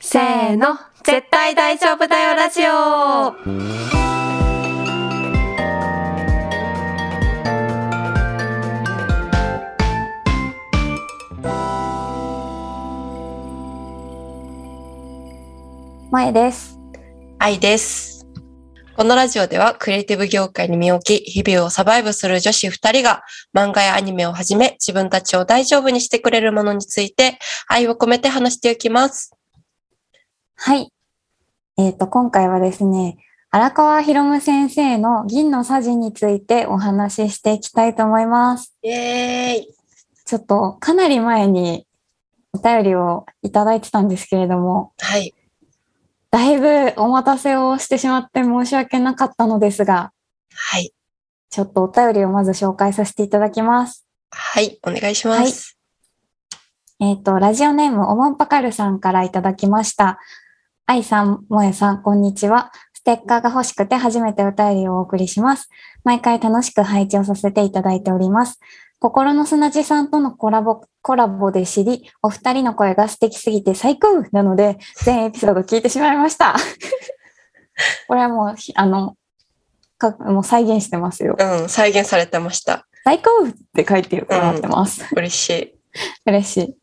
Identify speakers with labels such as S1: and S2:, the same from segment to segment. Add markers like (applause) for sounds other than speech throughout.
S1: せーの絶対大丈夫だよラジオ
S2: 萌えです。
S1: 愛ですこのラジオではクリエイティブ業界に身を置き日々をサバイブする女子2人が漫画やアニメをはじめ自分たちを大丈夫にしてくれるものについて愛を込めて話していきます
S2: はい。えっ、と、今回はですね、荒川博夢先生の銀のさじについてお話ししていきたいと思います。
S1: イエーイ
S2: ちょっと、かなり前にお便りをいただいてたんですけれども、
S1: はい
S2: だいぶお待たせをしてしまって申し訳なかったのですが、
S1: はい
S2: ちょっとお便りをまず紹介させていただきます。
S1: はいお願いします
S2: えっ、と、ラジオネーム、おもんぱかるさんからいただきました。愛さん、もえさん、こんにちは。ステッカーが欲しくて初めてお便りをお送りします。毎回楽しく配置をさせていただいております。心の砂地さんとのコラボ、コラボで知り、お二人の声が素敵すぎて最高なので、全エピソード聞いてしまいました。 (laughs) これはもう、ひあの、かもう再現してますよ。
S1: うん再現されてました
S2: 最高って書いてもらってます。
S1: 嬉しい
S2: (laughs) 嬉しい。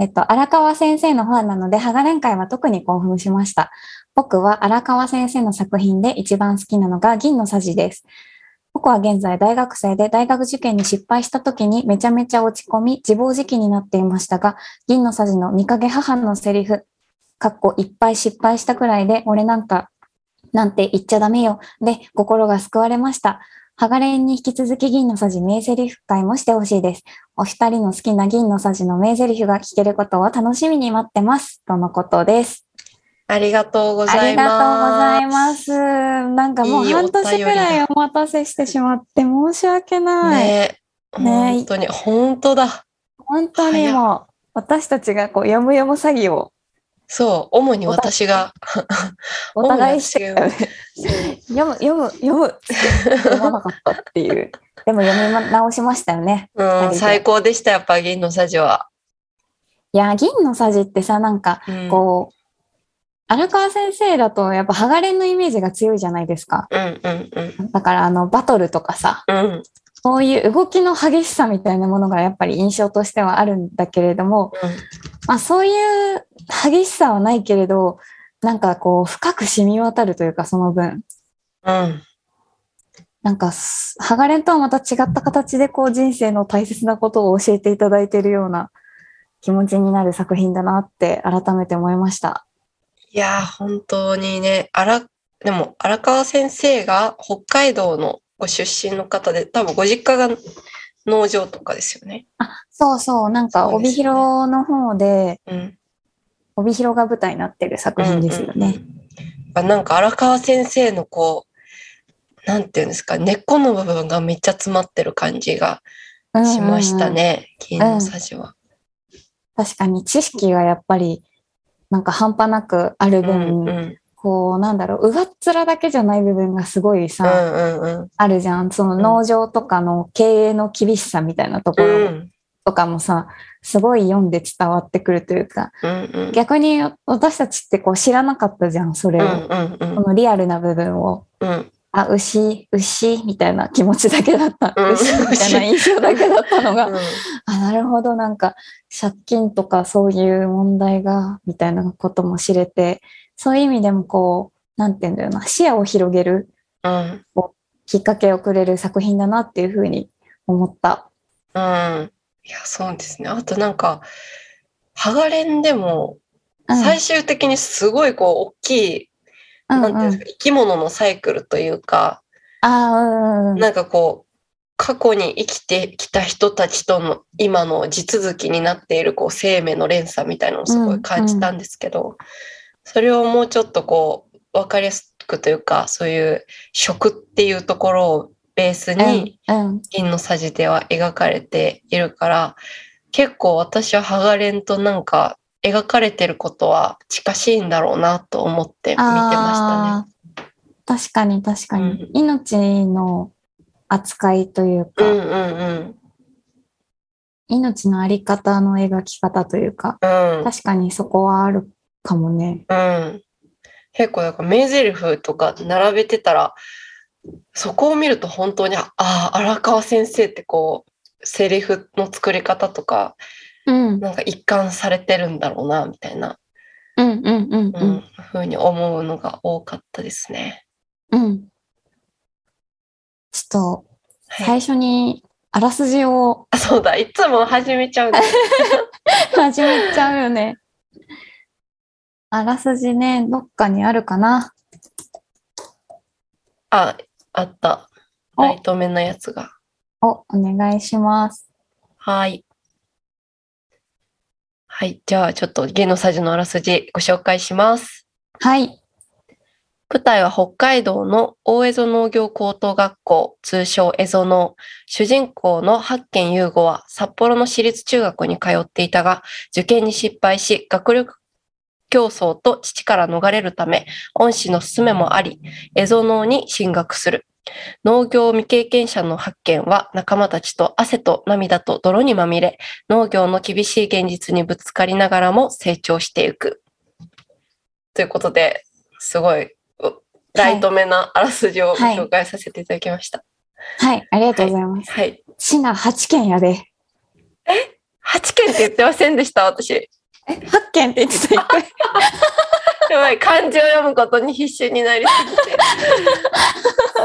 S2: えっと、荒川先生のファンなので、ハガレン会は特に興奮しました。僕は荒川先生の作品で一番好きなのが銀のさじです。僕は現在大学生で大学受験に失敗した時にめちゃめちゃ落ち込み、自暴自棄になっていましたが、銀のさじの見かけ母のセリフ、かっこいっぱい失敗したくらいで、俺なんか、なんて言っちゃダメよ。で、心が救われました。ハガレンに引き続き銀のさじ名セリフ会もしてほしいです。お二人の好きな銀のさじの名台詞が聞けることを楽しみに待ってます。とのことです。
S1: ありがとうご
S2: あ
S1: ざい
S2: り
S1: ます
S2: がとうございます。なんかもう
S1: いいお便
S2: 半
S1: りだ
S2: 年くらいお待たせしてしまって申し訳ない。
S1: ねえ、
S2: ねえ
S1: 本当に、本当だ。
S2: 本当にもう私たちがこうやむやむ詐欺を
S1: そう、主に私が。
S2: お互いしてたよね。
S1: そう
S2: (laughs) 読む読む読む読まなかったっていう。でも読み直しましたよね。
S1: うん、最高でした、やっぱ銀のサジは。
S2: いや、銀のさじってさ、なんか
S1: うん、
S2: こう、荒川先生だとやっぱハガレンのイメージが強いじゃないですか。
S1: うん、うん、うん。
S2: だからあのバトルとかさ
S1: うん、
S2: そういう動きの激しさみたいなものがやっぱり印象としてはあるんだけれども、まあ、そういう激しさはないけれどなんかこう深く染み渡るというかその分
S1: うん、
S2: なんかすハガレンとはまた違った形でこう人生の大切なことを教えていただいているような気持ちになる作品だなって改めて思いました。
S1: いやー、本当にね、あら、でも、荒川先生が北海道のご出身の方で、多分ご実家が農場とかですよね。
S2: そうそうなんか帯広の方で
S1: うん。
S2: 帯広が舞台になってる作品ですよ
S1: うんうん
S2: ね。
S1: うん。なんか荒川先生のこう、なんていうんですか、根っこの部分がめっちゃ詰まってる感じがしました
S2: ね
S1: ね、金のさじは。
S2: 確かに知識がやっぱりなんか半端なくある
S1: う
S2: 分、
S1: んうんうん
S2: こうなんだろう上っ面だけじゃない部分がすごいさ、
S1: うん
S2: あるじゃんその
S1: うん
S2: 農場とかの経営の厳しさみたいなとこ
S1: うんう
S2: ろ
S1: ん
S2: とかもさ、すごい読んで伝わってくるというか
S1: うんうん
S2: 逆に私たちってこう知らなかったじゃんそれを、
S1: うんうん
S2: このリアルな部分を。
S1: うん
S2: あ牛牛みたいな気持ちだけだった、
S1: うん
S2: 牛みたいな印象だけだったの
S1: (laughs)
S2: が、
S1: うん
S2: あ、なるほど。なんか、借金とかそういう問題が、みたいなことも知れて、そういう意味でもこう、なんて言うんだよな、視野を広げる
S1: うん
S2: きっかけをくれる作品だなっていうふうに思った。
S1: うんいやそうですねあとなんかハガレンでも
S2: うん、
S1: 最終的にすごいこう大きい、
S2: うん
S1: なんていうんです
S2: うん
S1: か生き物のサイクルというか、
S2: あーうんうんうん。
S1: なんかこう過去に生きてきた人たちとの今の地続きになっているこう生命の連鎖みたいなのをすごい感じたんですけど、それをもうちょっとこう分かりやすくというかそういう食っていうところをベースに
S2: うん、
S1: 銀のさじでは描かれているから結構私はハガレンとなんか描かれてることは近しいんだろうなと思って見てま
S2: あー確かに確かに、
S1: う
S2: 命の扱いという
S1: した
S2: か、
S1: ね。うんうん
S2: 命のあり方の描き方というか、
S1: うんうん
S2: 確かにそこはあるかもね。
S1: うん。結構、なんか名台詞とか並べてたら、そこを見ると本当に、ああ、荒川先生ってこう、セリフの作り方とか、
S2: うん。
S1: なんか一貫されてるんだろうな、みたいな、
S2: うんうんうん
S1: う
S2: うんん。
S1: ふうに思うのが多かったですね。
S2: うん。ちょっと、
S1: は
S2: 最
S1: い、
S2: 初に、あらすじを
S1: あそうだ、いつも始めちゃうんだ。
S2: 始めちゃうよね。あらすじね、どっかにあるかな。
S1: あ、あった。
S2: お
S1: ライト目のやつが。
S2: お、お願いします。
S1: はい。はい。じゃあ、ちょっと芸能サジのあらすじご紹介します。
S2: はい。
S1: 舞台は北海道の大江戸農業高等学校、通称江戸の主人公の八軒優吾は札幌の私立中学に通っていたが、受験に失敗し、学力競争と父から逃れるため、恩師の勧めもあり、江戸農に進学する。農業未経験者の八軒は仲間たちと汗と涙と泥にまみれ、農業の厳しい現実にぶつかりながらも成長していく。ということで、すごい、うライト目なあらすじをご紹介させていただきました。
S2: はい、ありがとうございます。
S1: はい。
S2: シナ8件やで。
S1: 八軒って言ってませんでした、私。
S2: え、8件って言ってた一回。
S1: やばい、漢字を読むことに必死になりすぎて。 (laughs)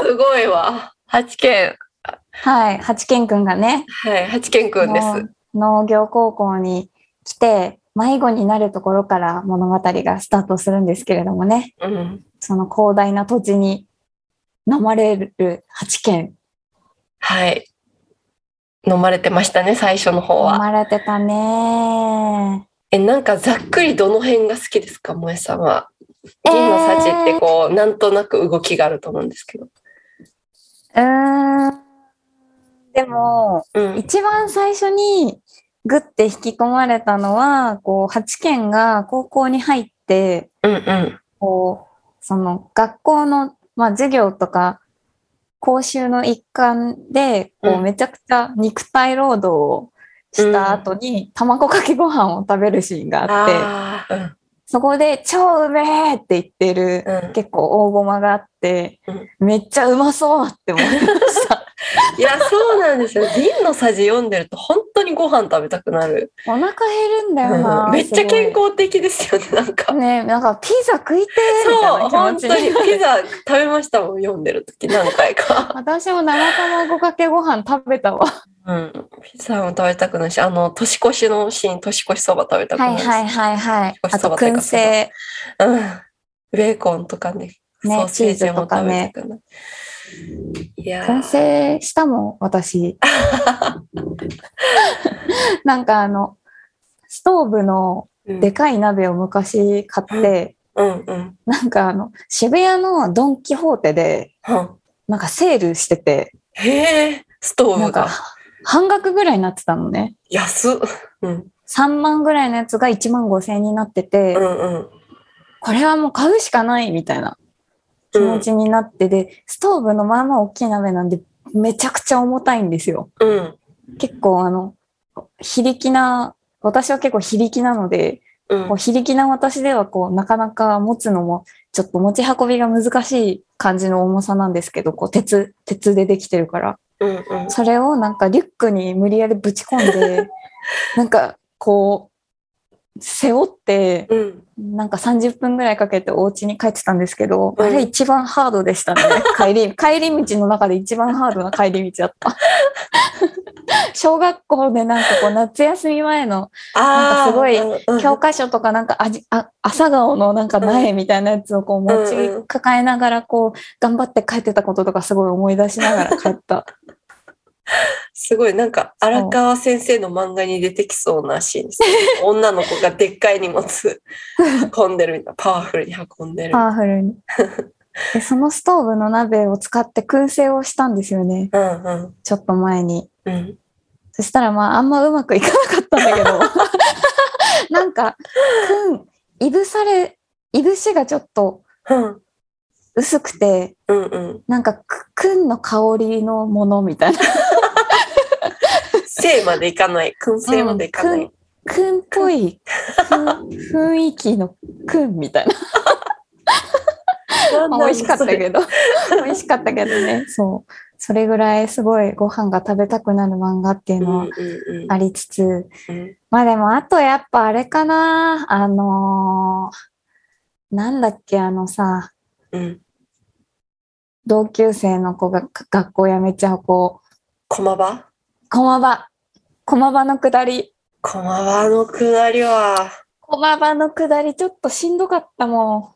S1: すごいわ。八軒。
S2: (laughs) はい、8件くんがね、
S1: はい、八軒くんです。
S2: の農業高校に来て、迷子になるところから物語がスタートするんですけれどもね、
S1: うん。
S2: その広大な土地に飲まれる8件、
S1: はい。飲まれてましたね、最初の方
S2: 飲
S1: は。
S2: まれてたね。
S1: え、なんかざっくりどの辺が好きですか、萌えさんは。
S2: えー
S1: 銀のサジってこう、なんとなく動きがあると思うんですけど。
S2: うーん。でも、
S1: うん。
S2: 一番最初にグッて引き込まれたのは、こう、八軒が高校に入って、
S1: うんうん。
S2: こう、その学校の、まあ、授業とか、講習の一環で、
S1: う
S2: こう、
S1: ん
S2: めちゃくちゃ肉体労働をした後に、卵かけご飯を食べるシーンがあって、
S1: ああ。うん
S2: そこで、超うめえって言ってる、
S1: うん
S2: 結構大ごまがあって、めっちゃうまそうって思いました。
S1: (laughs) いや、そうなんですよ。銀のサジ読んでると、本当にご飯食べたくなる。
S2: お腹減るんだよな。
S1: うんめっちゃ健
S2: す
S1: 康的ですよね、なんか
S2: ごい。。ねなんかピザ食いてーみたい
S1: そう、
S2: な気 (laughs)
S1: 本
S2: 持ち
S1: 当に
S2: に。
S1: ピザ食べましたもん、読んでる時何回か。
S2: 私も生卵かけご飯食べたわ。
S1: うん、ピザも食べたくないし、あの、年越しのシーン、年越しそば食べたくな
S2: は
S1: い
S2: い
S1: し、
S2: はいはいはい。
S1: ごち
S2: あ
S1: そ
S2: と
S1: ば
S2: 燻製。
S1: うん。ベーコンとかね、
S2: ね
S1: ソーセージも食べたくない。いやー
S2: 燻製したもん、
S1: (laughs)
S2: 私。なんかあの、ストーブの
S1: うん
S2: でかい鍋を昔買って、
S1: うんうん。
S2: なんかあの、渋谷のドン・キホーテで、
S1: うん
S2: なんかセールしてて、
S1: へえ、ストー
S2: な
S1: ブ
S2: んか
S1: が
S2: 半額ぐらいになってたのね。
S1: 安っ。うん
S2: 3万ぐらいのやつが1万5千円になってて、
S1: うんうん。
S2: これはもう買うしかないみたいな気
S1: うん
S2: 持ちになってで、ストーブのまあまあ大きい鍋なんでめちゃくちゃ重たいんですよ。
S1: うん
S2: 結構あの、非力な、私は結構非力なので、
S1: うん
S2: こう非力な私ではこうなかなか持つのもちょっと持ち運びが難しい感じの重さなんですけど、こう鉄、鉄でできてるから。
S1: うんうん。
S2: それをなんかリュックに無理やりぶち込ん
S1: (laughs)
S2: で、なんかこう、背負って、
S1: うん
S2: なんか30分ぐらいかけてお家に帰ってたんですけど、
S1: うん
S2: あれ一番ハードで
S1: (laughs)
S2: したね。帰り、帰り道の中で一番ハードな帰り道
S1: (laughs)
S2: だった。小学校でなんかこう夏休み前の
S1: あー
S2: なんかすごい
S1: うんうん
S2: 教科書とかなんかあじあ朝顔のなんか苗みたいなやつをこう持
S1: うんう
S2: ち
S1: ん
S2: 抱えながらこう頑張って帰ってたこととかすごい思い出しながら帰った。
S1: すごいなんか荒川先生の漫画に出てきそうなシーン
S2: (laughs)
S1: です、ね、女の子がでっかい荷物運んでるみたいなパワフルに運んでる
S2: パワフルに。でそのストーブの鍋を使って燻製をしたんですよね。
S1: うんうん
S2: ちょっと前に。
S1: うん
S2: そしたらまああんまうまくいかなかったんだけど (laughs) なんかくんいぶされいぶしがちょっと
S1: うん
S2: 薄くて
S1: うんうん
S2: なんかくくんの香りのものみたいな
S1: 生までいかない燻製までいかない、
S2: うんくんっぽいくん雰囲気のくんみたいな。まあ美味しかったけど、美味しかったけどね。そう。それぐらいすごいご飯が食べたくなる漫画っていうのはありつつ、まあでもあとやっぱあれかな、あのーなんだっけ、あのさ、同級生の子がか学校辞めちゃう子、
S1: 駒場
S2: 駒場、駒場の下り、
S1: 駒場の下りは、
S2: 駒場の下りちょっとしんどかったも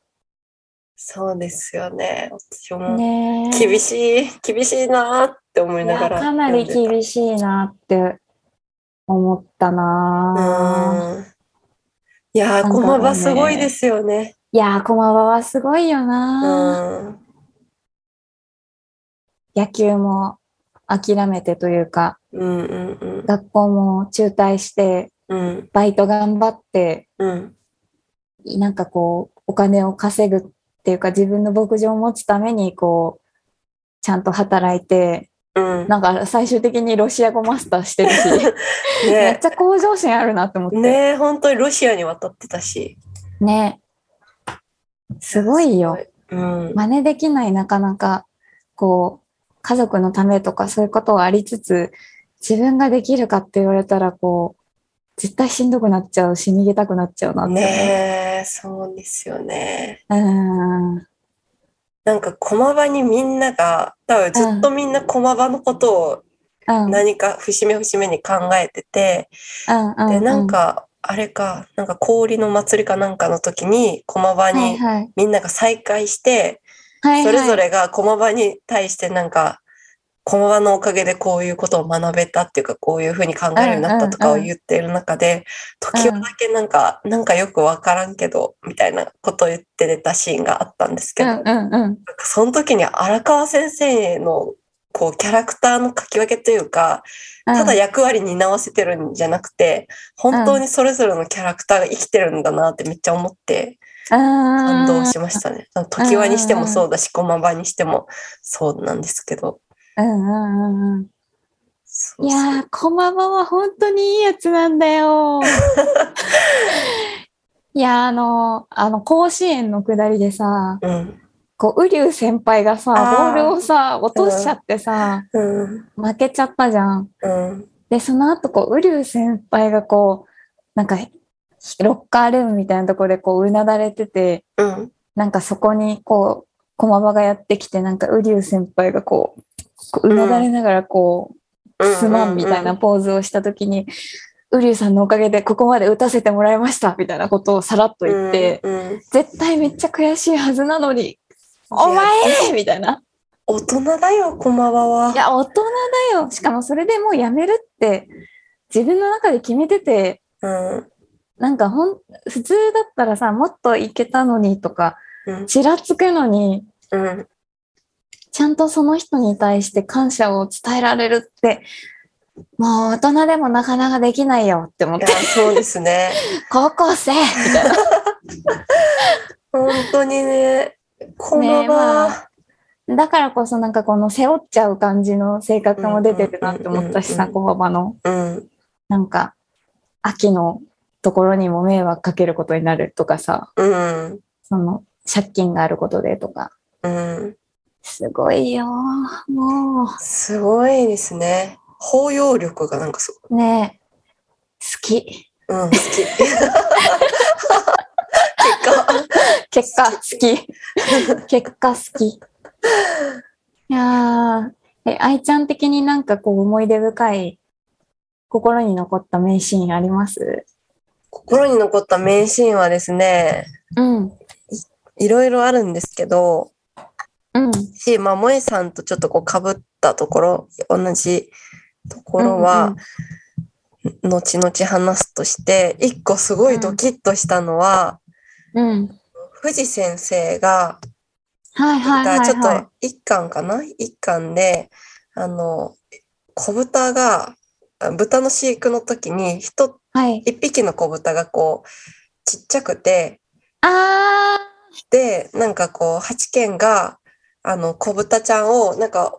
S1: そうですよね。私
S2: ん。
S1: も
S2: ねえ
S1: 厳しい、厳しいなーって思い
S2: い
S1: な
S2: や
S1: がら
S2: かなり
S1: 読んで
S2: 厳しいなって思った
S1: た。
S2: な、
S1: うんいや
S2: な
S1: ー、
S2: んだろうね
S1: 駒場すごいですよね。
S2: いやー駒場はすごいよ
S1: う
S2: な、
S1: ん。
S2: 野球も諦めてというか
S1: うんうん
S2: 学校も中退して
S1: うん。うん
S2: バイト頑張って
S1: うん。
S2: なんかこうお金を稼ぐっていうか自分の牧場を持つためにこうちゃんと働いて
S1: うん。
S2: なんか最終的にロシア語マスターしてるしめ
S1: (laughs)
S2: っ
S1: ね
S2: ちゃ向上心あるなって思ってね
S1: ね本当にロシアに渡ってたし。
S2: すごいよ。
S1: うん。
S2: 真似できないなかなかこう家族のためとかそういうことはありつつ自分ができるかって言われたらこう絶対しんどくなっちゃうし逃げたくなっちゃうなって思う、
S1: ねえ、そうですよね。
S2: うーん
S1: なんか駒場にみんなが、多分ずっとみんな駒場のこと
S2: うん
S1: を何か節目節目に考えてて、
S2: うん
S1: で、
S2: うん
S1: なんか、あれか、なんか氷の祭りかなんかの時に駒場
S2: はい
S1: に
S2: はい
S1: みんなが再会して、
S2: はいはい
S1: それぞれが駒場に対してなんか、駒場のおかげでこういうことを学べたっていうか、こういうふうに考えるようになったとかを言っている中で、
S2: うん
S1: 時をだけなんか、なんかよくわからんけど、みたいなことを言ってたシーンがあったんです
S2: う
S1: けど、
S2: んうんうん
S1: その時に荒川先生のこうキャラクターの書き分けというか、ただ役割に担わせてるんじゃなくて、本当にそれぞれのキャラクターが生きてるんだなってめっちゃ思って
S2: 感
S1: 感動しましたね。あの時はにしてもそうだし、駒場にしてもそうなんですけど。
S2: うんうんうんうん
S1: そう
S2: い
S1: そう
S2: やー、駒場は本当にいいやつなんだ
S1: (laughs)
S2: よ。いやー、あのー、あの、甲子園の下りでさ、
S1: うん。
S2: こう、瓜生先輩がさ、
S1: あー
S2: ボールをさ、落としちゃってさ、
S1: うん。
S2: 負けちゃったじゃん。
S1: うん。
S2: で、その後、こう、瓜生先輩がこう、なんか、ロッカールームみたいなところでこう、うなだれてて、
S1: うん。
S2: なんかそこにこう、駒場がやってきて、なんか、瓜生先輩がこう、こううなだれながらこう、すまんみたいなポーズをした時に、ウリュウさんのおかげでここまで打たせてもらいましたみたいなことをさらっと
S1: うん
S2: 言って、、
S1: うんうん
S2: 絶対めっちゃ悔しいはずなのに、お
S1: いや
S2: 前みたいな。。
S1: 大人だよ、駒場はい
S2: や、大人だよ。しかもそれでもうやめるって、自分の中で決めてて、
S1: うん。
S2: なんかほん、普通だったらさ、もっといけたのにとか、
S1: うん。
S2: ちらつくのに、
S1: うん。
S2: ちゃんとその人に対して感謝を伝えられるって、もう大人でもなかなかできないよって思っ
S1: い
S2: て
S1: や、、そうです
S2: (laughs)
S1: ね。
S2: 高校生みたいな。
S1: 本当にね、駒
S2: ねま
S1: 場。
S2: あだからこそなんかこの背負っちゃう感じの性格も出てるなって思ったしさ、
S1: うん
S2: 小幅の
S1: うん、
S2: なんか秋のところにも迷惑かけることになるとかさ、
S1: うん、
S2: その借金があることでとか、
S1: うん。
S2: すごいよ、も
S1: すごいですね。包容力がなんかす
S2: う。ねえ、好き。
S1: ごい。うん、好
S2: (laughs)
S1: き。結果。
S2: 結果好 (laughs) き。結果好き。いやー、え、愛ちゃん的になんかこう思い出深い心に残った名シーンあります
S1: 心に残った名シーンはですね、
S2: うん。
S1: いろいろあるんですけど、
S2: うん。
S1: し、まあ、萌さんとちょっとこう被ったところ、同じところは、後々話すとして、一個すごいドキッとしたのは、
S2: うん、うん。
S1: 藤先生が、
S2: はいはいはい、
S1: が
S2: はい。
S1: ちょっと一巻かな一巻であの子豚があ豚の飼育の時にひと
S2: はい。
S1: 一匹の子豚がこうちっちゃくて
S2: あ
S1: でなんかこう八犬があの子豚ちゃんをなんか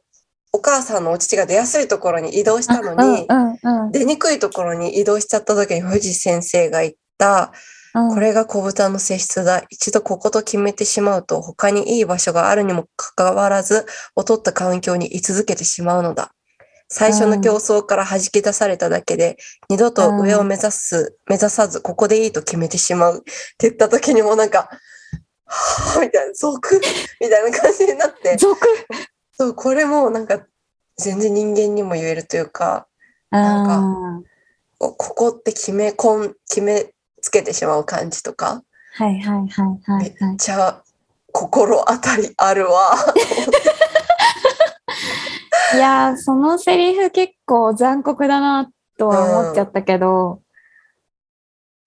S1: お母さんのお乳が出やすいところに移動したのに、
S2: うんうんうん
S1: 出にくいところに移動しちゃった時に藤先生が言った、
S2: うん
S1: これが子豚の性質だ。一度ここと決めてしまうと、他にいい場所があるにもかかわらず、劣った環境に居続けてしまうのだ。最初の競争から弾き出されただけで、二度と上を目指す、目指さず、ここでいいと決めてしまう。って言った時にもなんか、はぁ、みたいな、俗みたいな感じになって、
S2: 俗
S1: そう、これもなんか、全然人間にも言えるというか、
S2: なんか
S1: こここって決めこん、決めつけてしまう感じとか。
S2: はいはいはいは
S1: め
S2: い
S1: っ
S2: はい。
S1: ちゃ心当たりあるわ。
S2: いやーそのセリフ結構残酷だなとは思っちゃったけど、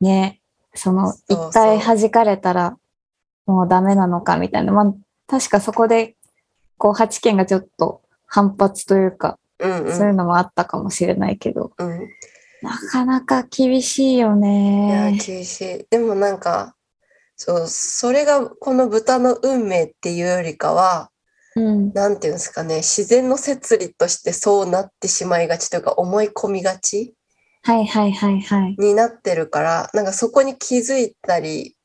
S2: ねその
S1: そうそう
S2: 一回弾かれたらもうダメなのかみたいなまあ確かそこでこう八軒がちょっと反発というか、
S1: うんう
S2: (laughs) そういうんのもあったかもしれないけど
S1: うん。
S2: なかなか厳しいよ
S1: いや
S2: ね。
S1: 厳しい。でもなんかそうそれがこの豚の運命っていうよりかは
S2: うん、
S1: なんていうんですかね自然の摂理としてそうなってしまいがちというか思い込みがち
S2: はいはいはいはい。
S1: になってるからなんかそこに気づいたり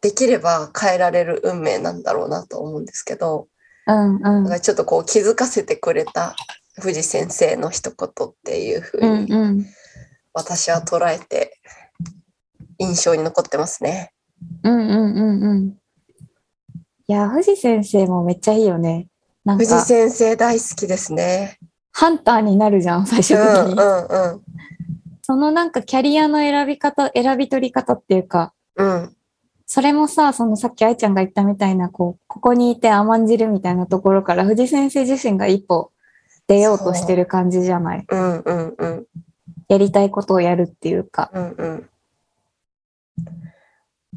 S1: できれば変えられる運命なんだろうなと思うんですけど
S2: うんうん。
S1: なんかちょっとこう気づかせてくれた藤先生の一言っていう風
S2: う
S1: に
S2: んうん。
S1: 私は捉えて印象に残ってますね。
S2: うんうんうんうん。いや、藤先生もめっちゃいいよね。なん
S1: 藤
S2: か、
S1: 先生大好きですね。
S2: ハンターになるじゃん、最
S1: う
S2: 終
S1: ん
S2: 的
S1: うん
S2: に。
S1: うん
S2: そのなんかキャリアの選び方、選び取り方っていうか、
S1: うん
S2: それもさ、そのさっき愛ちゃんが言ったみたいな、こう、ここにいて甘んじるみたいなところから、藤先生自身が一歩出ようとしてる感じじゃない。
S1: うんうんうん
S2: やりたいことをやるっていうか、
S1: うんうん。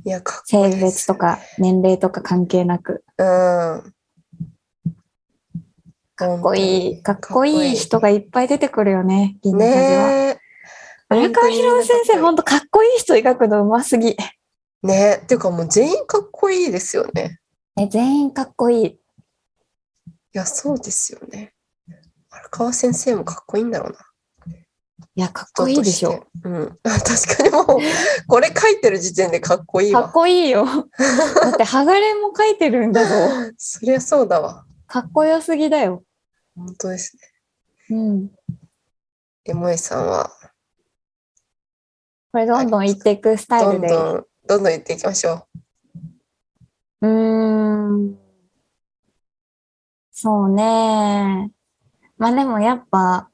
S1: いやかっこいい
S2: 性
S1: です
S2: 別と。か年齢とか関係なく。
S1: うん。か
S2: かっこいい、かっこいい人がいっぱい出てくるよね、銀の
S1: ね
S2: 数は。
S1: え。
S2: 荒川博先生、ほんとかっこいい人描くのうますぎ。
S1: ねえっていうかもう全員かっこいいですよね。
S2: え全員かっこいい。
S1: いやそうですよね。荒川先生もかっこいいんだろうな。
S2: いや、かっ
S1: 人
S2: こいいでし
S1: と
S2: ょ。
S1: て。うん。 (laughs) 確かにもう、これ書いてる時点でかっこいい
S2: か
S1: わ
S2: っ。こいい
S1: (laughs)
S2: よ。だって、ハガレンも描いてるんだぞ。
S1: そりゃそうだわ。
S2: かっこよすぎだよ。
S1: 本当ですね。
S2: うん。
S1: で、萌えさんは、
S2: これどんどん行っていくスタ
S1: ど
S2: イ
S1: ん
S2: ルで。
S1: どん、どんどん言っていきましょ
S2: うーん。そうね。まあでもやっぱ、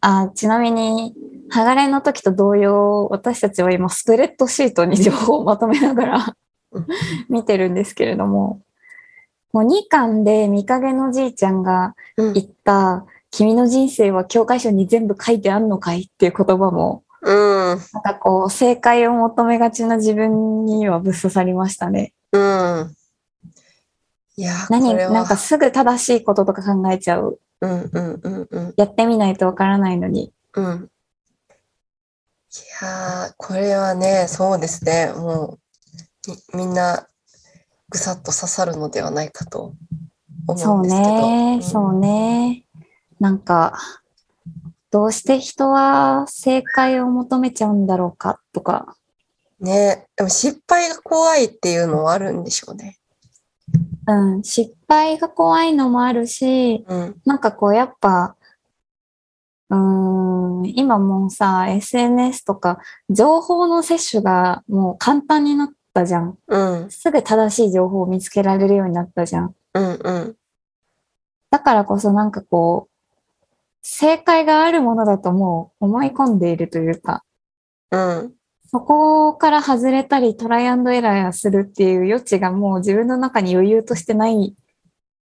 S2: あ、ちなみに、ハガレンの時と同様、私たちは今、スプレッドシートに情報をまとめながら
S1: うん
S2: (laughs) 見てるんですけれども、もう2巻で見かけのじいちゃんが
S1: う。うん。
S2: 言った、君の人生は教科書に全部書いてあんのかいっていう言葉も、
S1: うん。
S2: なんかこう、正解を求めがちな自分にはぶっ刺さりましたね。
S1: うん。いやー、
S2: 何
S1: これは
S2: なんかすぐ正しいこととか考えちゃう
S1: うんうんうんうん
S2: やってみないとわからないのに
S1: うん。いやー、これはね、そうですね。もう、みみんな、ぐさっと刺さるのではないかと思
S2: そううん
S1: ですけど。
S2: ね
S1: ん
S2: そうねなんかどうして人は正解を求めちゃうんだろうかとか
S1: ねでも失敗が怖いっていうのはあるんでしょうね。
S2: うん失敗が怖いのもあるし
S1: うん。
S2: なんかこうやっぱうーん今もうさ SNS とか情報の摂取がもう簡単になったじゃん
S1: うん。
S2: すぐ正しい情報を見つけられるようになったじゃん
S1: うんうん。
S2: だからこそなんかこう、正解があるものだともう思い込んでいるというか、
S1: うん。
S2: そこから外れたりトライアンドエラーするっていう余地がもう自分の中に余裕としてない、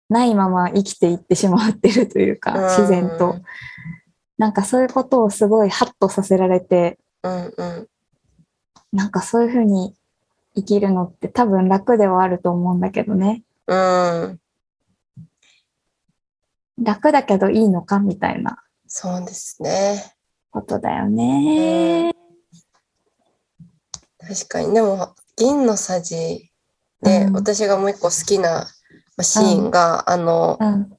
S2: ないまま生きていってしまってるというか、自然と。なんかそういうことをすごいハッとさせられて、
S1: うんうん
S2: なんかそういうふうに生きるのって多分楽ではあると思うんだけどね。
S1: うん
S2: 楽だけどいいのかみたいな
S1: そうですね
S2: ことだよね。
S1: 確かにでも銀のさじで、
S2: うん
S1: 私がもう一個好きなまあシーンが、あの
S2: うん。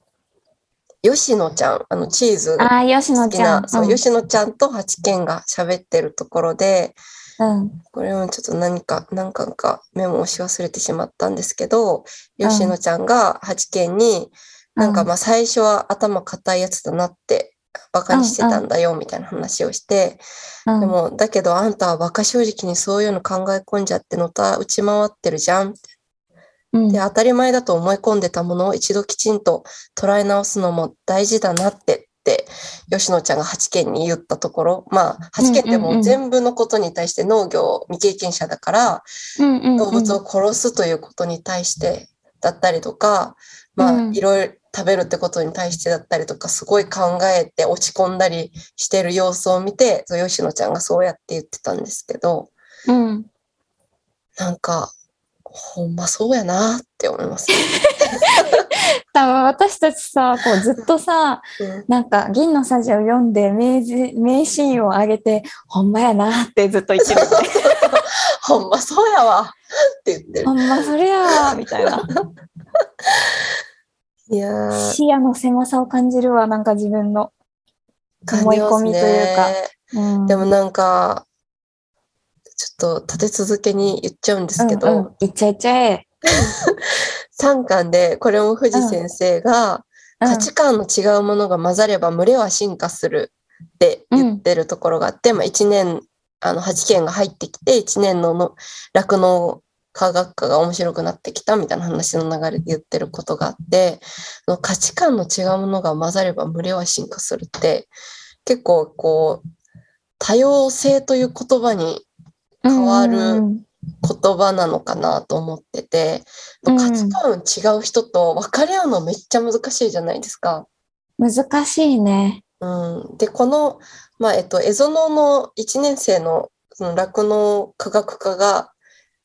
S1: 吉野ちゃん、あのチーズ
S2: ああ、吉野
S1: 好き
S2: ち
S1: な、
S2: ゃん。
S1: そう、吉野ちゃんと八犬が喋ってるところで、
S2: うん。うん
S1: これもちょっと何か、何巻かメモをし忘れてしまったんですけど、吉野ちゃんが八犬に、なんかまあ最初は頭固いやつだなって、バカにしてたんだよみたいな話をして、
S2: うん
S1: でも、だけどあんたはバカ正直にそういうの考え込んじゃってのた打ち回ってるじゃん
S2: うん
S1: で当たり前だと思い込んでたものを一度きちんと捉え直すのも大事だなってって吉野ちゃんが八軒に言ったところまあ八軒って
S2: うんうん
S1: も
S2: う
S1: うん全部のことに対して農業未経験者だから
S2: うんうんうん
S1: 動物を殺すということに対してだったりとかま
S2: う
S1: あ
S2: ん
S1: いろいろ食べるってことに対してだったりとかすごい考えて落ち込んだりしてる様子を見てそう吉野ちゃんがそうやって言ってたんですけど
S2: うん。
S1: なんかほんまそうやなって思い
S2: (laughs)
S1: ます。
S2: 多分私たちさ、こうずっとさ、
S1: うん
S2: なんか銀のさじを読んで名字名シーンを上げて、ほんまやなってずっと
S1: (laughs)
S2: 言ってる。
S1: ほんまそうやわって言ってる
S2: ほ。んまそれやわみたいな。
S1: いやー、
S2: 視野の狭さを感じるわ、なんか自分の。思い込みというか
S1: 感じますね
S2: うん
S1: でもなんか、ちょっと立て続けに言っちゃうんですけど、
S2: うんうん、いっちゃいっちゃえ。
S1: 3巻でこれも藤先生が、
S2: うん
S1: 価値観の違うものが混ざれば群れは進化するって言ってるところがあって、まあ1年、あの8件が入ってきて、1年のの酪農科学科が面白くなってきたみたいな話の流れで言ってることがあって、その価値観の違うものが混ざれば群れは進化するって、結構こう、多様性という言葉に変わる
S2: うん
S1: 言葉なのかなと思ってて、
S2: うん
S1: 価値観違う人と分かり合うのめっちゃ難しいじゃないですか。
S2: 難しいね。
S1: うん、でこの、まあえっと、エゾノの1年生のその酪農科学科が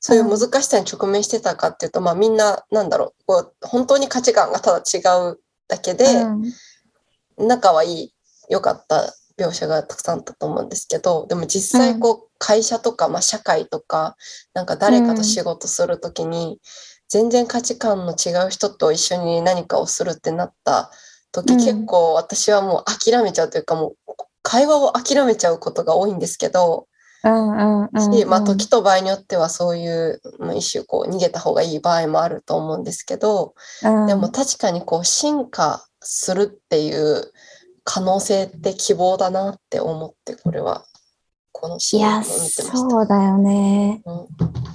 S1: そういう難しさに直面してたかっていうと、まあ、みんななんだろうこう本当に価値観がただ違うだけで、
S2: うん
S1: 仲はいい良かった描写がたくさんあったと思うんですけどでも実際こう、会社とか、まあ、社会とかなんか誰かと仕事する時に、全然価値観の違う人と一緒に何かをするってなった時、
S2: うん
S1: 結構私はもう諦めちゃうというかもう会話を諦めちゃうことが多いんですけど、
S2: うんうんうん
S1: し
S2: うん
S1: まあ、時と場合によってはそういうまあ一種こう逃げた方がいい場合もあると思うんですけど、
S2: うん
S1: でも確かにこう進化するっていう可能性って希望だなって思ってこれはこのシ
S2: い
S1: ーンを
S2: や、
S1: 見てました。
S2: そうだよね。
S1: うん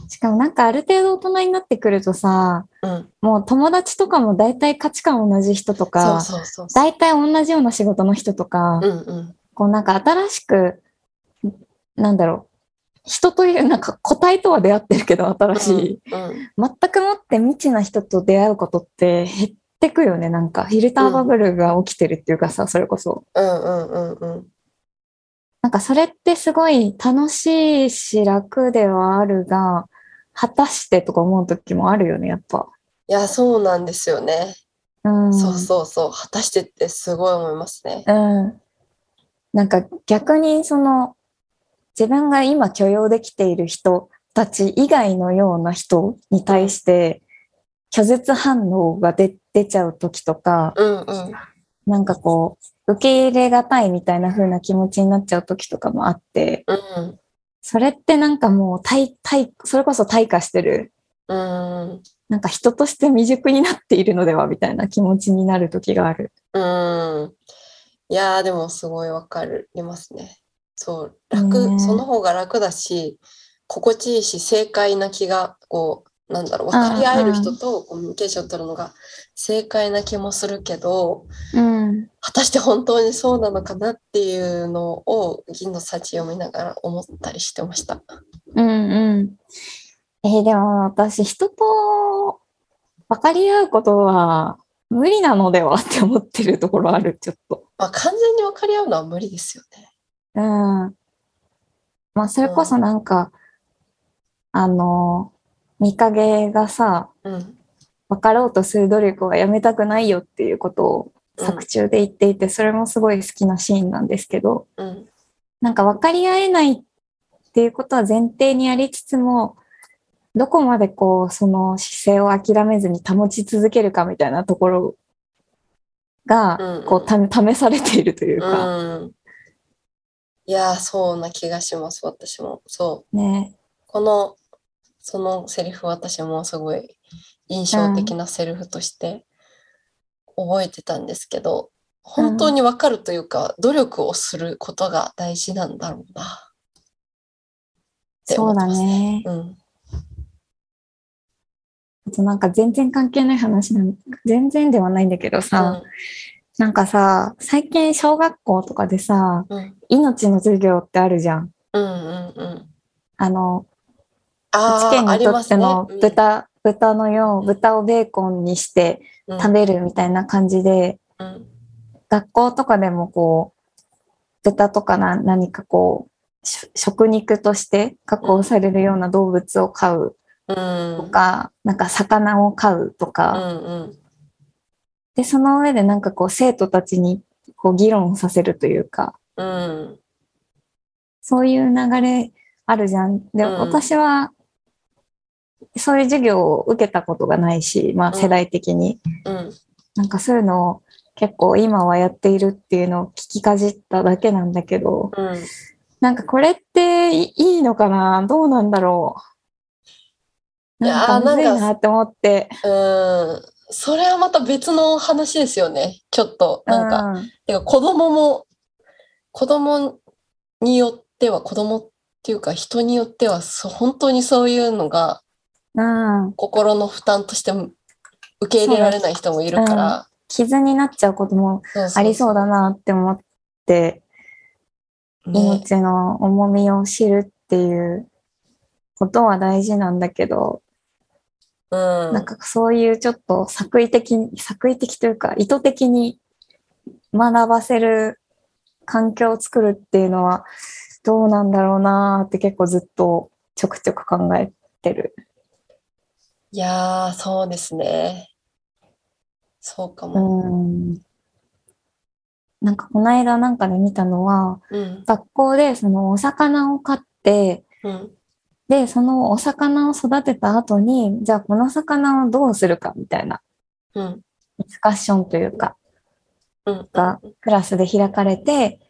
S2: しかもなんかある程度大人になってくるとさ、
S1: うん、
S2: もう友達とかも大体価値観同じ人と
S1: そう
S2: か、
S1: そうそうそう。
S2: 大体同じような仕事の人とか、
S1: うんうん
S2: こうなんか新しく、なんだろう、人というなんか個体とは出会ってるけど新しい、
S1: うん
S2: 全くもって未知な人と出会うことって減ってくよね、なんかフィルターバブルが起きてるっていうかさ、それこそ。
S1: うんうんうんうん
S2: なんかそれってすごい楽しいし楽ではあるが、果たしてとか思う時もあるよね、やっぱ。
S1: いやそうなんですよね。
S2: うん。
S1: そうそうそう果たしてってすごい思いますね。
S2: うん。なんか逆にその、自分が今許容できている人たち以外のような人に対して、拒絶反応が出出ちゃう時とか、
S1: うんうん
S2: なんかこう、受け入れがたいみたいな風な気持ちになっちゃう時とかもあって、
S1: うん
S2: それってなんかもう、対、対、それこそ退化してる
S1: うん
S2: なんか人として未熟になっているのではみたいな気持ちになる時がある。
S1: うん。いやーでもすごいわかりますね。そう楽、
S2: ね
S1: その方が楽だし心地いいし正解な気がこうなんだろう分かり合える人とコミュニケーション取るのが正解な気もするけど
S2: うん。
S1: 果たして本当にそうなのかなっていうのを銀の幸読みながら思ったりしてました。
S2: うんうん。えーでも私、人と分かり合うことは無理なのではって思ってるところある、ちょっと。
S1: まあ、完全に分かり合うのは無理ですよね。
S2: うん。まあ、それこそなんか、あの、見影がさ、
S1: うん
S2: 分かろうとする努力はやめたくないよっていうことを作中で言っていて、それもすごい好きなシーンなんですけど、
S1: うん
S2: なんか分かり合えないっていうことは前提にありつつも、どこまでこう、その姿勢を諦めずに保ち続けるかみたいなところが、こう、た試されているというか、
S1: うん、いやーそうな気がします私もそう
S2: ね。
S1: このそのセリフ私もすごい印象的なセリフとして覚えてたんですけど、本当にわかるというか、努力をすることが大事なんだろうな。って
S2: そ
S1: 思っ
S2: う
S1: て
S2: だ
S1: ます。
S2: ね。
S1: うん。
S2: あとなんか全然関係ない話なん、全然ではないんだけどさ、なんかさ、最近小学校とかでさ、
S1: うん。うん。
S2: 命の授業ってあるじゃん。
S1: うんうんうん。
S2: あの、
S1: あ
S2: 試
S1: ー
S2: 験
S1: あ
S2: に
S1: り
S2: と
S1: ま
S2: っ
S1: す
S2: て
S1: ね
S2: の
S1: うん
S2: 豚、豚のよう、豚をベーコンにして
S1: うん
S2: 食べるみたいな感じで、
S1: うん
S2: 学校とかでもこう、豚とかな何かこう、し食肉として加工されるような動物を飼う
S1: うん
S2: とか、なんか魚を飼うと
S1: う
S2: か、
S1: んうん
S2: で、その上でなんかこう生徒たちにこう議論をさせるというか、
S1: うん
S2: そういう流れあるじゃん。
S1: う
S2: で、
S1: ん
S2: 私は、そういう授業を受けたことがないし、まあ
S1: うん
S2: 世代的に、
S1: うん
S2: なんかそういうのを結構今はやっているっていうのを聞きかじっただけなんだけど、
S1: うん
S2: なんかこれっていいいのかなどうなんだろう
S1: いやー
S2: なんかむずい
S1: なんか
S2: なって思って。
S1: うんそれはまた別の話ですよねちょっとなんか、
S2: うん
S1: てか子供も子供によっては子供っていうか人によってはそ本当にそういうのが
S2: うん、
S1: 心の負担としても受け入れられない人もいるから
S2: 傷になっちゃうことも
S1: そうそう
S2: ありそうだなって思って、
S1: ね
S2: 命の重みを知るっていうことは大事なんだけど、
S1: うん
S2: なんかそういうちょっと作為的に、作為的というか意図的に学ばせる環境を作るっていうのはどうなんだろうなーって結構ずっとちょくちょく考えてる。
S1: いやーそうですねそうか
S2: う
S1: も、
S2: ん。なんかこの間なんかで見たのは、
S1: うん
S2: 学校でそのお魚を飼って、
S1: うん
S2: で、そのお魚を育てた後に、じゃあこの魚をどうするかみたいな
S1: うん
S2: ディスカッションというか、
S1: うん
S2: がクラスで開かれて、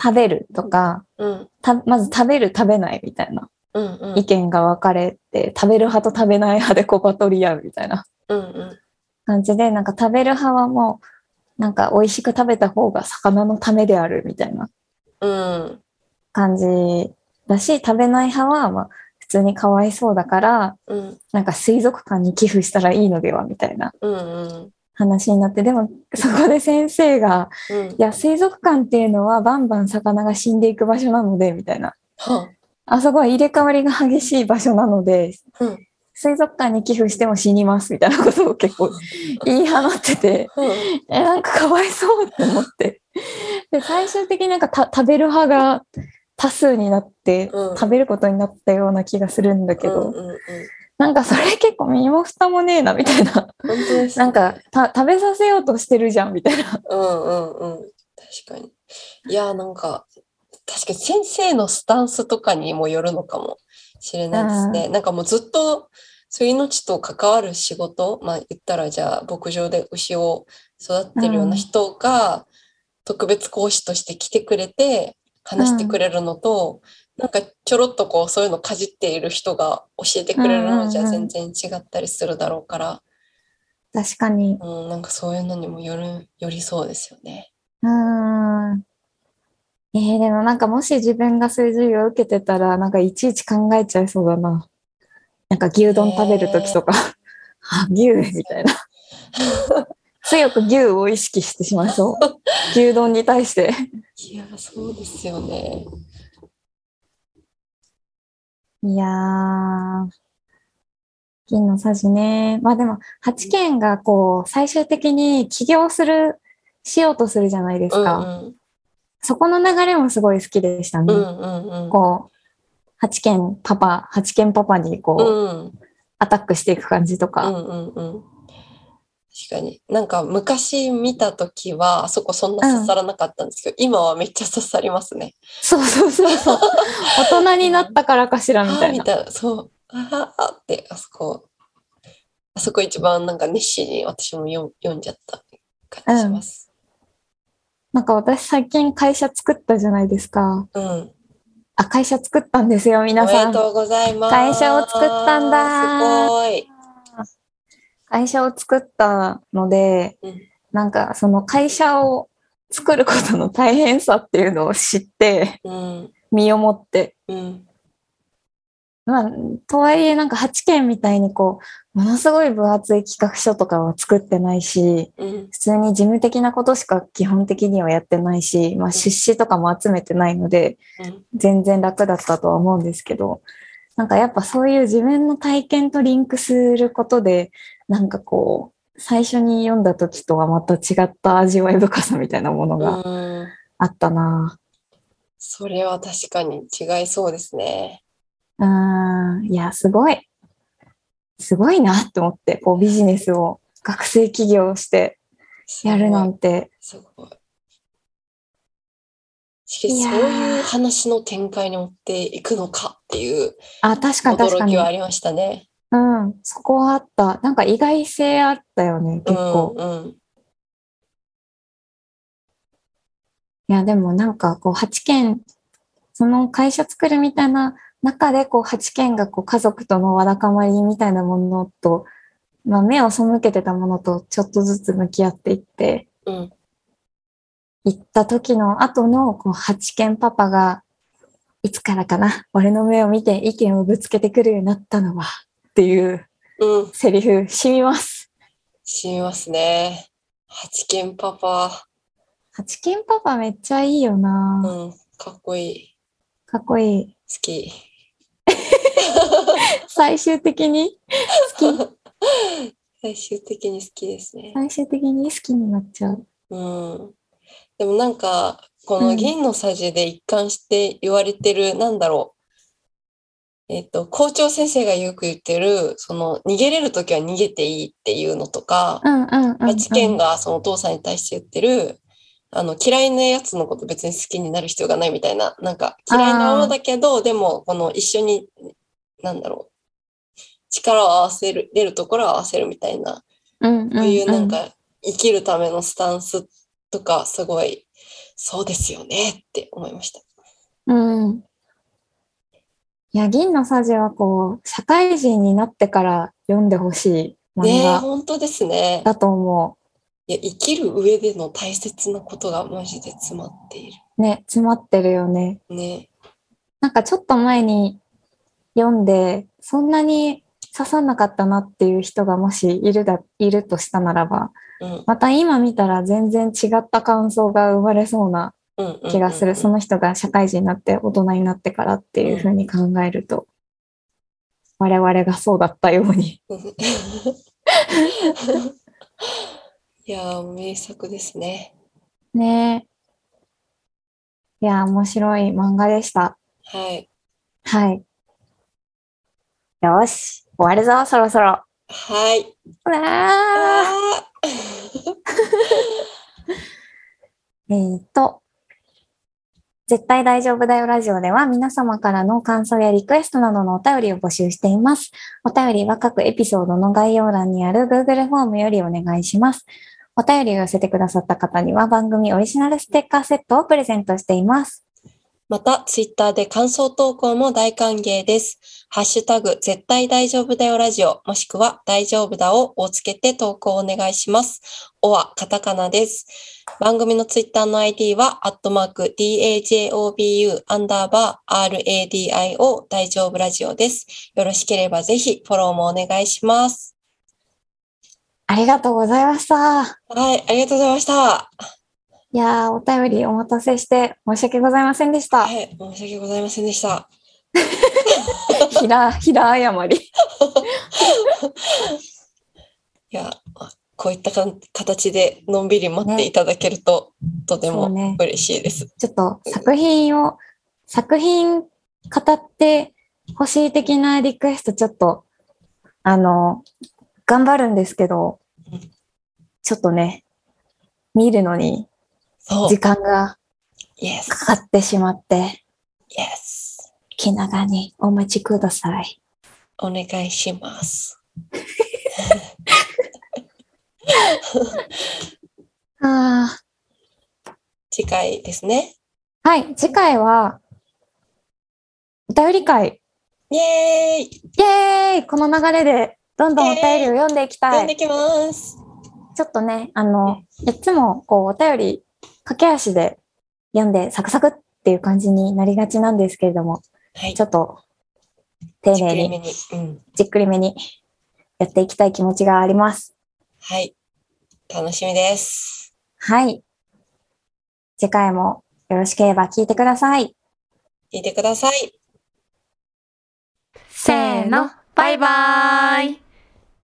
S2: 食べるとか、
S1: うん
S2: たまず食べる食べないみたいな
S1: うんうん
S2: 意見が分かれて、食べる派と食べない派でこうバトり合うみたいな
S1: うんうん
S2: 感じで、なんか食べる派はもう、なんか美味しく食べた方が魚のためであるみたいな
S1: うん
S2: 感じだし、食べない派はまあ普通にかわいそうだから、
S1: うん
S2: なんか水族館に寄付したらいいのではみたいな
S1: うんうん
S2: 話になって、でもそこで先生が、
S1: うん
S2: いや、水族館っていうのはバンバン魚が死んでいく場所なので、みたいな。
S1: は
S2: あそこは入れ替わりが激しい場所なので、
S1: うん
S2: 水族館に寄付しても死にます、みたいなことを結
S1: (laughs)
S2: 構言い放ってて、
S1: あうん
S2: え、なんかかわいそうって思って。で、最終的になんかた食べる派が多数になって、
S1: うん
S2: 食べることになったような気がするんだけど、
S1: うんうんうん、
S2: なんかそれ結構身も蓋もねえな、みたいな。
S1: 本当です、
S2: なんか、た食べさせようとしてるじゃん、みたいな。
S1: うんうんうん、確かに。いや、なんか、確かに先生のスタンスとかにもよるのかもしれないですね。なんかもうずっと、そういう命と関わる仕事、まあ言ったらじゃあ牧場で牛を育ってるような人が特別講師として来てくれて話してくれるのと、なんかちょろっとこうそういうのかじっている人が教えてくれるのじゃ
S2: うんうんう
S1: 全
S2: ん
S1: 然違ったりするだろうから、
S2: 確かに。
S1: うん、なんかそういうのにもよる、よりそうですよね。
S2: うーん。えー、でもなんかもし自分がそういう授業を受けてたら、なんかいちいち考えちゃいそうだな。なんか牛丼食べるときとか、あ、 (laughs) 牛みたいな。強く牛を意識してしまい (laughs) そう。牛丼に対して。
S1: いや、そうですよね。
S2: いやー。銀のさじね。まあでも、8件がこう、最終的に起業する、しようとするじゃないです
S1: うんう
S2: か。
S1: ん。
S2: そこの流れもすごい好きでしたね。
S1: うんうんうん。
S2: こう、八軒パパ、八軒パパにこ
S1: う
S2: う、
S1: ん
S2: アタックしていく感じと
S1: う
S2: か。
S1: んうんうん。確かに。なんか昔見た時は、あそこそんな刺さらなかったんですけど、今はめっちゃ刺さりますね。
S2: そうそうそう
S1: (laughs)
S2: そう。大人になったからかしらみ
S1: あ
S2: た
S1: あ、
S2: い
S1: み
S2: な。
S1: たいな。そう。ああ、って、あそこ。あそこ一番なんか熱心に私も読ん読んじゃった感じします。
S2: なんか私最近会社作ったじゃないですか。
S1: うん。
S2: あ、会社作ったんですよ、
S1: お
S2: 皆
S1: め
S2: さ
S1: で
S2: ん。
S1: とうございます。
S2: 会社を作ったんだ
S1: すごい。
S2: 会社を作ったので、
S1: うん
S2: なんかその会社を作ることの大変さっていうのを知って、
S1: うん。
S2: 身をもって。
S1: うん。
S2: まあ、とはいえなんか8件みたいにこう、ものすごい分厚い企画書とかは作ってないし、
S1: うん。
S2: 普通に事務的なことしか基本的にはやってないし、まあ出資とかも集めてないので、
S1: うん。
S2: 全然楽だったとは思うんですけど、なんかやっぱそういう自分の体験とリンクすることで、なんかこう、最初に読んだ時とはまた違った味わい深さみたいなものが
S1: うん。
S2: あったな
S1: それは確かに違いそうですね。
S2: うん、いや、すごい。すごいなって思って、こうビジネスを学生起業してやるなんて。
S1: すごい。しか
S2: い
S1: し
S2: や
S1: そう
S2: ー
S1: いう話の展開に持っていくのかっていう
S2: あ、確かに確か
S1: 驚
S2: に
S1: きは。ありましたね。
S2: うん、そこはあった。なんか意外性あったよね、
S1: う
S2: 結構。
S1: んうん
S2: いや、でもなんかこう8件、その会社作るみたいな中でこう8件がこう家族とのわだかまりみたいなものと、まあ目を背けてたものとちょっとずつ向き合っていって、
S1: うん
S2: 行った時の後のこう8件パパが、いつからかな、俺の目を見て意見をぶつけてくるようになったのは、っていう
S1: うん。
S2: セリフ、染みます。
S1: しみますね。八軒パパ。
S2: 8件パパめっちゃいいよ
S1: う
S2: な、
S1: ん。かっこいい。
S2: かっこいい。
S1: 好き。
S2: 最終的に好き
S1: 最終的に好きですね。
S2: 最終的に好きになっちゃう。
S1: うん。でもなんか、この銀のさじで一貫して言われてる、なんだろう。えっと、校長先生がよく言ってる、その、逃げれるときは逃げていいっていうのとか、
S2: うんうんうん、うん。
S1: 知見がそのお父さんに対して言ってる、あの、嫌いなやつのこと別に好きになる必要がないみたいな、なんか、嫌いなものだけど、でも、この一緒に、なんだろう。力を合わせる、出るところは合わせるみたいな
S2: うんうん、
S1: こ
S2: う。
S1: うんいうなんか生きるためのスタンスとかすごいそうですよねって思いました。
S2: うん。いや、銀のさじはこう、社会人になってから読んでほしい漫
S1: ねえ
S2: 画
S1: 本当ですね
S2: だと思
S1: いや。生きる上での大切なことがマジで詰まっている。
S2: う。ね、詰まってるよね。
S1: ね
S2: なんかちょっと前に読んで、そんなに刺さなかったなっていう人がもしいるだ、いるとしたならば、
S1: うん
S2: また今見たら全然違った感想が生まれそうな
S1: うんうんうんうん
S2: 気がする。その人が社会人になって大人になってからっていう風に考えると、我々がそうだったように。
S1: いやー名作ですね。
S2: ねえ。いや、面白い漫画でした。
S1: はい
S2: はい。よし、終わるぞ、そろそろ。
S1: はいう
S2: わー
S1: あ
S2: えーっと、絶対大丈夫だよラジオでは皆様からの感想やリクエストなどのお便りを募集しています。お便りは各エピソードの概要欄にある Google フォームよりお願いします。お便りを寄せてくださった方には番組オリジナルステッカーセットをプレゼントしています。
S1: また、ツイッターで感想投稿も大歓迎です。ハッシュタグ、絶対大丈夫だよラジオ、もしくは、大丈夫だををつけて投稿お願いします。おは、カタカナです。番組のツイッターの ID は、アットマーク、DAJOBU、アンダーバー、RADIO、大丈夫ラジオです。よろしければぜひ、フォローもお願いします。
S2: ありがとうございました。
S1: はい、ありがとうございました。
S2: いやー、お便りお待たせして申し訳ございませんでした
S1: は。い、申し訳ございませんでした。
S2: (laughs) ひら、ひら謝り。
S1: いや、こういったかん形でのんびり待っていただけると、とて
S2: そ
S1: も
S2: うね。
S1: 嬉しいです。
S2: ちょっと作品を、作品語ってほしい的なリクエストちょっと、あの、頑張るんですけど
S1: うん、
S2: ちょっとね、見るのに
S1: そう
S2: 時。間が
S1: Yes.
S2: かかってしまって、
S1: Yes.
S2: 気長にお待ちください。
S1: お願いします。
S2: あ
S1: 次回ですね。
S2: あ、はい、次回は、お便り会。
S1: イエーイ
S2: イエーイこの流れで、どんどんお便りを読んでいきた
S1: 読
S2: い
S1: ん。できます。
S2: ちょっとね、あの、いつもこうお便り駆け足で読んでサクサクっていう感じになりがちなんですけれども、
S1: はい。
S2: ちょっと丁
S1: じっく
S2: 寧
S1: り
S2: に
S1: めに。うん。
S2: じっくりめにやっていきたい気持ちがあります。
S1: はい。楽しみです。
S2: はい。次回もよろしければ聞いてください。
S1: 聞いてください。
S3: せーの、バイバーイ